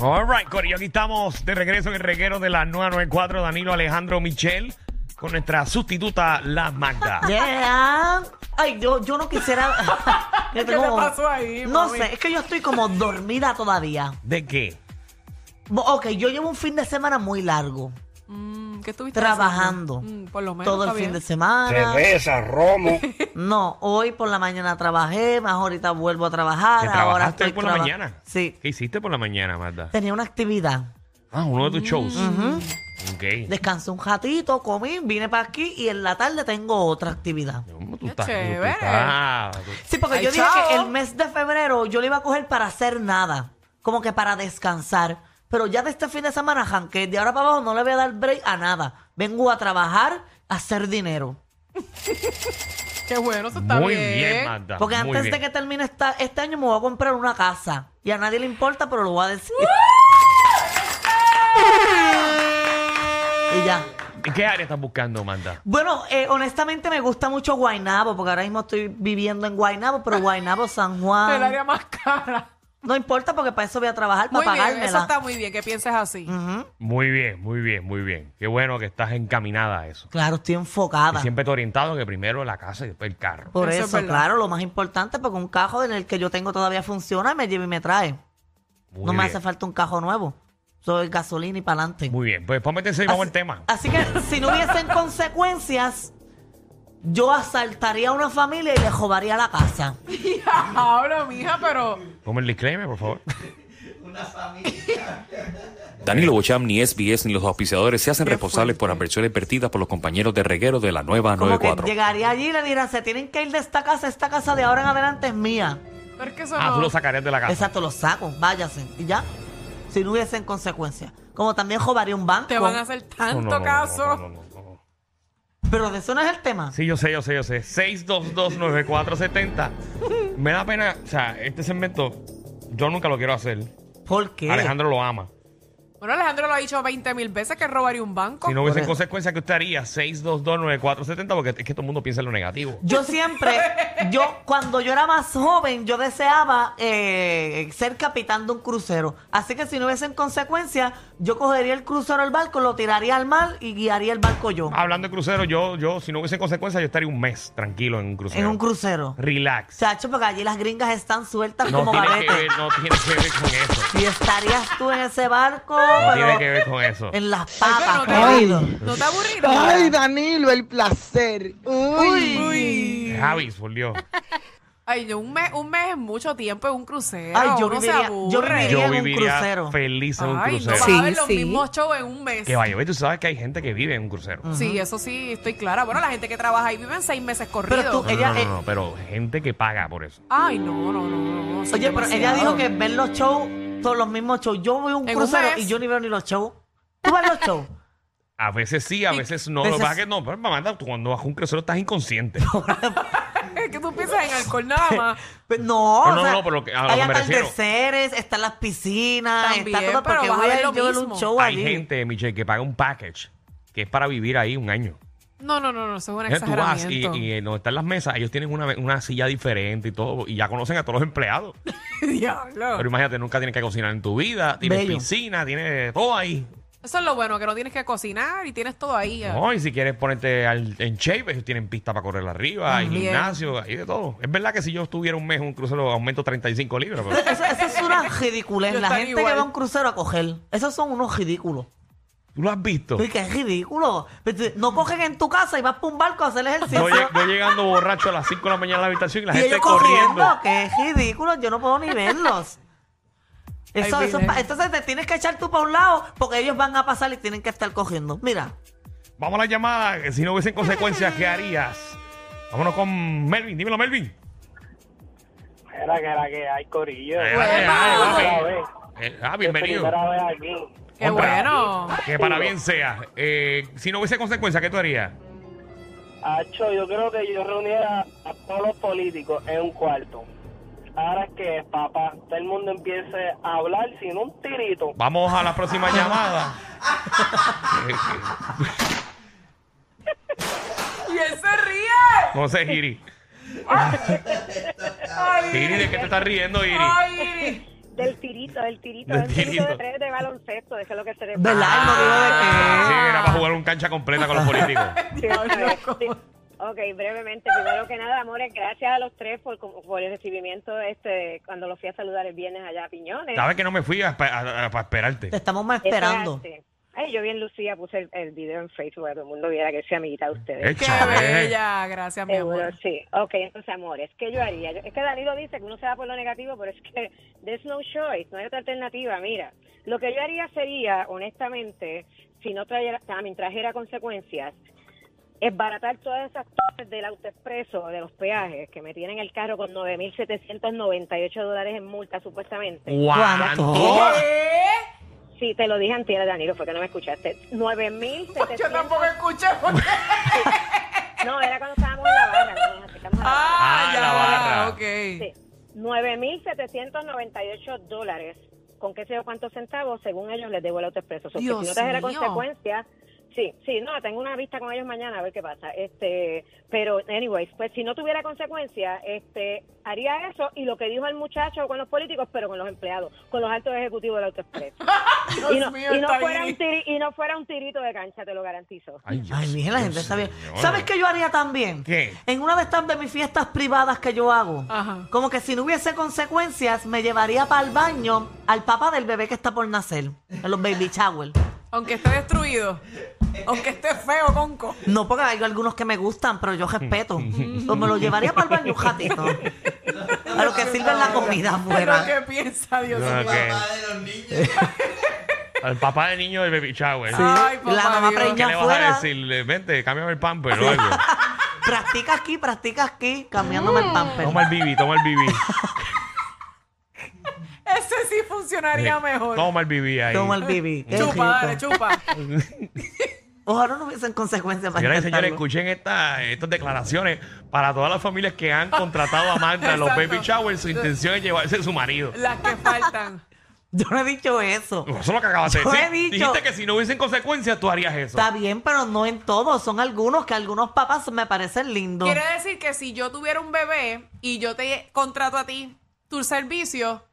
All right, Corillo, aquí estamos de regreso en el reguero de la 994, Danilo Alejandro Michel, con nuestra sustituta, la Magda. Yeah. Ay, yo, yo no quisiera. Yo ¿Qué tengo- te pasó ahí, No mami? sé, es que yo estoy como dormida todavía. ¿De qué? Bo- Ok, yo llevo un fin de semana muy largo. Mm, ¿Qué estuviste Trabajando. haciendo? Mm, por lo menos. todo el está fin bien. de semana. Cerveza, romo. No, hoy por la mañana trabajé, más ahorita vuelvo a ¿Que trabajar. Ahora trabajaste estoy hoy por la traba- mañana? Sí, ¿Qué hiciste por la mañana, Magda? tenía una actividad. Ah, uno de tus shows. Ujú. Ok. Descansé un ratito, comí, vine para aquí y en la tarde tengo otra actividad. ¿Cómo tú Qué estás? tú chévere. estás- tú- Sí, porque Ay, yo dije chao. que el mes de febrero yo lo iba a coger para hacer nada, como que para descansar. Pero ya de este fin de semana, Jan, que de ahora para abajo no le voy a dar break a nada. Vengo a trabajar, a hacer dinero. Qué bueno, eso está Muy bien. bien, Magda. Porque muy antes de bien. que termine esta- este año me voy a comprar una casa. Y a nadie le importa, pero lo voy a decir. y ya. ¿En qué área estás buscando, Magda? Bueno, eh, honestamente me gusta mucho Guaynabo, porque ahora mismo estoy viviendo en Guaynabo, pero Guaynabo, San El Juan. área más cara. No importa, porque para eso voy a trabajar, para Muy bien, pagármela. Mm. eso está muy bien, que pienses así. Ujú. Muy bien, muy bien, muy bien. Qué bueno que estás encaminada a eso. Claro, estoy Y enfocada. siempre te he orientado que primero la casa y después el carro. Por Eso eso, es verdad. claro, lo más importante, porque un cajo en el que yo tengo todavía funciona, me lleva y me trae. Muy no me bien. hace falta un cajo nuevo. Soy gasolina y para adelante. Muy bien. Pues vamos a meterse y vamos al tema. Así que si no hubiesen consecuencias, yo asaltaría a una familia y le robaría la casa. Ahora, mija, pero. Ponme el disclaimer, por favor. Danilo Bocham, ni SBS, ni los auspiciadores se hacen responsables por adversiones vertidas por los compañeros de reguero de la nueva Como que 94. llegaría allí y le diría, se tienen que ir de esta casa, esta casa de ahora en adelante es mía. pero es que eso Ah, tú no. lo sacarías de la casa. Exacto, los saco, váyanse. Y ya, si no hubiesen consecuencias. Como también robaría un banco. Te van a hacer No, tanto no, no, no, caso. no, no, no, no. Pero de eso no es el tema. Sí, yo sé, yo sé, yo sé. 6229470. Me da pena, o sea, este segmento yo nunca lo quiero hacer. ¿Por qué? Alejandro lo ama. Bueno, Alejandro lo ha dicho 20 mil veces que robaría un banco. Si no hubiese Correcto. consecuencias, ¿qué usted haría? 6229470 porque es que todo el mundo piensa en lo negativo. Yo siempre, yo cuando yo era más joven, yo deseaba eh, ser capitán de un crucero. Así que si no hubiesen consecuencias, yo cogería el crucero al barco, lo tiraría al mar y guiaría el barco yo. Hablando de crucero, yo, yo, si no hubiese consecuencias, yo estaría un mes tranquilo en un crucero. En un crucero. Relax. Chacho, porque allí las gringas están sueltas No como tiene, que babete. ver, no tiene que ver con eso. Y estarías tú en ese barco, No tiene pero que ver con eso. en las Ay, patas, pero no te- cogido. No te aburrido. Ay, Danilo, el placer. Uy. Uy. Javis, por Dios. Ay, yo un mes, un mes es mucho tiempo en un crucero. Ay, yo uno se viviría- yo aburre. viviría Yo en un viviría crucero. feliz en un Ay, no crucero. vas Sí, a ver los sí. mismos shows en un mes. Que vaya, tú sabes que hay gente que vive en un crucero. Sí, eso sí, estoy clara. Bueno, la gente que trabaja ahí viven seis meses corridos. Pero tú- No, Ella, no, no, eh, no, pero gente que paga por eso. Ay, no, no, no, no. sí, Oye, pero ella demasiado. dijo que ver los shows, todos los mismos shows. Yo voy a un En un crucero mes. y yo ni veo ni los shows. ¿Tú ves los shows? A veces sí, a veces no. Lo veces- que pasa es que no, pero mamá, tú cuando vas a un crucero estás inconsciente. Es que tú piensas en alcohol nada más. Pero No, No, no, o sea, no, pero lo que- a lo hay que me refiero. atardeceres, están las piscinas, También, está todo, pero porque vas a voy ver a lo yo ver un mismo. show Hay allí. gente, Michelle, que paga un package que es para vivir ahí un año. No, no, no, no, eso es un Entonces, tú vas y, exageramiento. y, eh, donde están las mesas, ellos tienen una, una silla diferente y todo, y ya conocen a todos los empleados. Diablo. Pero imagínate, nunca tienes que cocinar en tu vida, tienes Bello. piscina, tienes todo ahí. Eso es lo bueno, que no tienes que cocinar y tienes todo ahí. ya. No, y si quieres ponerte al- en shape, ellos tienen pista para correr arriba, hay Bien. gimnasio, hay de todo. Es verdad que si yo estuviera un mes en un crucero, aumento 35 libras. pero- Eso, eso es una ridiculez. Yo La estaría gente que igual. va a un crucero a coger. Esos son unos ridículos. ¿Tú lo has visto? Uy, qué ridículo. Pero tú- No cogen en tu casa y vas para un barco a hacer ejercicio. No, lle- no llegando borracho a las 5 de la mañana a la habitación y la y gente ellos corriendo. corriendo. Qué ridículo. Yo no puedo ni verlos. Eso, Ay, eso, Virgen. entonces te tienes que echar tú para un lado porque ellos van a pasar y tienen que estar cogiendo. Mira, Vamos a la llamada, que si no hubiesen consecuencias, ¿qué harías? Vámonos con Melvin, dímelo Melvin. Era que era que hay corillo. Eh, Bueno. eh, Primera ah, vez. papi. Eh, ah, Es bienvenido. Primera vez aquí. Qué Hombre. bueno. Que para bien sea. Eh, si no hubiese consecuencias, ¿qué tú harías? Hacho, yo creo que yo reuniera a todos los políticos en un cuarto. Ahora es que, papá, todo el mundo empiece a hablar sin un tirito. Vamos a la próxima llamada. Eh, eh, Y él se ríe. no sé, Giri. Ay, Giri, ¿de qué te estás riendo, Giri? Ay, Del tirito, del tirito. Del Del tirito tirito. de tres de baloncesto, eso es lo que se Ah. le ¿Verdad? Él no dijo de qué. Sí, era para jugar un cancha completa con los políticos. Sí, sí. Ok, brevemente, primero que nada, amores, gracias a los tres por, por el recibimiento este cuando los fui a saludar el viernes allá a Piñones. Sabes que no me fui a, espe- a- a- para esperarte. Te estamos más Eso es esperando. arte. Ay, yo bien Lucía puse el, el video en Facebook para que todo el mundo viera que soy amiguita de ustedes. Eh, Qué chale. bella, gracias, mi Seguro, amor. sí. Ok, entonces, amores, ¿qué yo haría? Yo- Es que Danilo dice que uno se va por lo negativo, pero es que there's no choice, no hay otra alternativa. Mira, lo que yo haría sería, honestamente, si no trajera, a mí trajera consecuencias, esbaratar todas esas cosas del autoexpreso, de los peajes, que me tienen el carro con 9.798 dólares en multa, supuestamente. ¿Cuánto? ¿Qué? Sí, te lo dije antes, Danilo, fue que no me escuchaste. 9.700... Pues Yo tampoco escuché. porque- No, era cuando estábamos en la barra. no, estamos en la barra. Ah, Ah, ya, la barra. ok. Sí, 9.798 dólares. ¿Con qué sé yo cuántos centavos? Según ellos les debo el autoexpreso. So, que Dios si no trajera mío. consecuencia, sí, sí, no, tengo una vista con ellos mañana a ver qué pasa. Este, pero, anyways, pues si no tuviera consecuencia, este, haría eso y lo que dijo el muchacho con los políticos, pero con los empleados, con los altos ejecutivos del autoexpreso. y, no, Dios mío, y no está fuera un bien. tiri- y no fuera un tirito de cancha, te lo garantizo. Ay, Dios Ay, mira, la gente mío, está bien. señor. ¿Sabes qué yo haría también? ¿Qué? En una de estas de mis fiestas privadas que yo hago, Ajá. como que si no hubiese consecuencias, me llevaría para el baño al papá del bebé que está por nacer, a los baby shower. Aunque esté destruido. Aunque esté feo, conco. No, porque hay algunos que me gustan, pero yo respeto. Pues me lo llevaría para el baño un ratito. A lo que sirven la comida Pero afuera. qué piensa, Dios No, mío. que- Al papá del niño del baby shower. Ay, papá La mamá Dios. ¿Qué preña le vas a afuera. decirle? Vente, cámbiame el pamper o algo. Practica aquí, practica aquí, cambiándome el pamper. Toma el bibi, toma el bibi. Ese sí Eh, funcionaría mejor. Toma el bibi ahí. Toma el bibi. Qué rico. Chupa, dale, chupa. Ojalá no hubiesen consecuencias para Señoras y señores, intentarlo. escuchen esta- estas declaraciones para todas las familias que han contratado a Magda en los Exacto. baby showers. Su intención es llevarse a su marido. Las que faltan. Yo no he dicho eso. Eso es lo que acabas de Yo decir. he dicho- Dijiste que si no hubiesen consecuencias, tú harías eso. Está bien, pero no en todos. Son algunos que algunos papás me parecen lindos. Quiere decir que si yo tuviera un bebé y yo te contrato a ti tu servicio,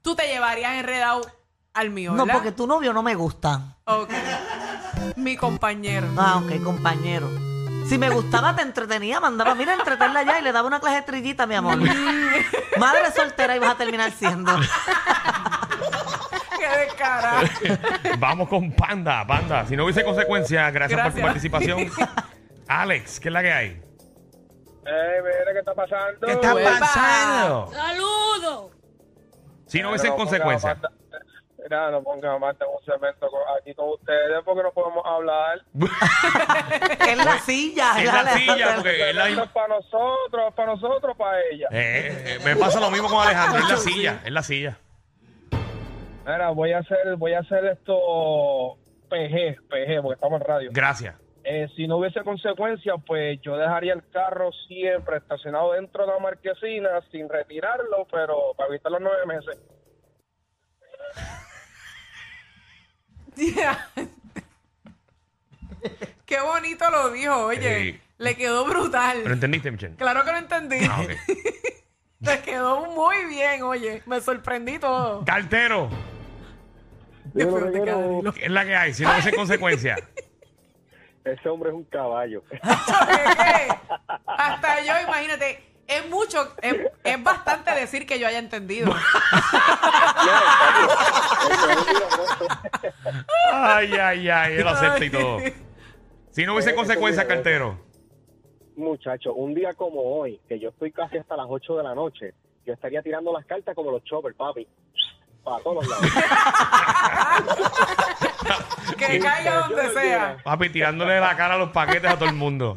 tú te llevarías enredado al mío, No, ¿verdad? porque tu novio no me gusta. Ok. Mi compañero. Ah, ok, compañero. Si me gustaba, te entretenía, mandaba, mira, entretenla ya y le daba una clase de trillita, mi amor. Madre soltera y vas a terminar siendo. Qué descarado. Vamos con Panda, Panda. Si no hubiese consecuencias, gracias, por tu Gracias. participación. Alex, ¿qué es la que hay? mira, ¿qué está pasando? ¿Qué está Uepa. pasando? ¡Saludos! Si no hubiesen consecuencias. Mira, eh, no ponga más de un cemento aquí con ustedes porque no podemos hablar. En la silla. En la dale, silla, dale. porque es la Esto es para nosotros, es para nosotros, para ella. Eh, eh, me pasa lo mismo con Alejandro, es la silla, es la silla. Mira, voy a hacer, voy a hacer esto PG, PG, porque estamos en radio. Gracias. Eh, si no hubiese consecuencias, pues yo dejaría el carro siempre estacionado dentro de la marquesina sin retirarlo, pero para evitar los nueve meses. Ya. Qué bonito lo dijo, oye. Sí. Le quedó ¿Pero brutal. entendiste, Michelle? Claro que lo entendí. Ah, ok. Le quedó muy bien, oye. Me sorprendí todo. Cartero, Después te queda Danilo. ¿qué es la que hay? Si no hubiese consecuencias. Ese hombre es un caballo. ¿Qué? Hasta yo, imagínate. Es mucho, es, es bastante decir que yo haya entendido. Ay, ay, ay, él acepta y todo. Si no hubiese Eh, consecuencias, eso es cartero. Muchacho, un día como hoy, que yo estoy casi hasta las 8 de la noche, yo estaría tirando las cartas como los choppers, papi. Para todos los lados. Que caiga donde sea. Papi, tirándole la cara a los paquetes a todo el mundo.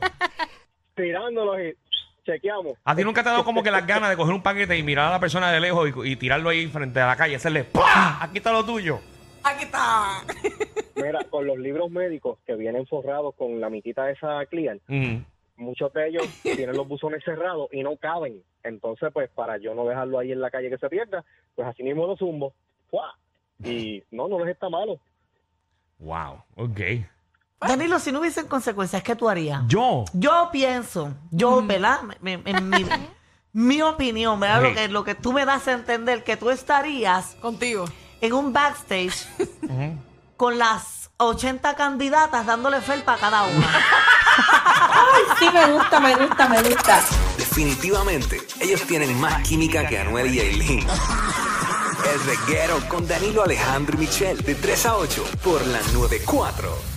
Tirándolos y chequeamos. ¿A ti nunca te ha dado como que las ganas de coger un paquete y mirar a la persona de lejos y, y tirarlo ahí frente a la calle, hacerle ¡Pah! Aquí está lo tuyo. Aquí está. Mira, con los libros médicos que vienen forrados con la miquita de esa Clear, Mm. muchos de ellos tienen los buzones cerrados y no caben. Entonces, pues para yo no dejarlo ahí en la calle que se pierda, pues así mismo lo zumbo. ¡Fua! Y no, no les está malo. Wow, ok. Danilo, si no hubiesen consecuencias, ¿qué tú harías? Yo. Yo pienso, yo, ¿verdad? Me- me- en mi- mi opinión, ¿verdad? Sí. Lo, que, lo que tú me das a entender, que tú estarías Contigo. en un backstage con las 80 candidatas dándole felpa a cada una. Sí, me gusta, me gusta, me gusta. Definitivamente, ellos tienen más química que Anuel y Aileen. El reguero con Danilo Alejandro y Michel de 3 a 8 por la 94. 4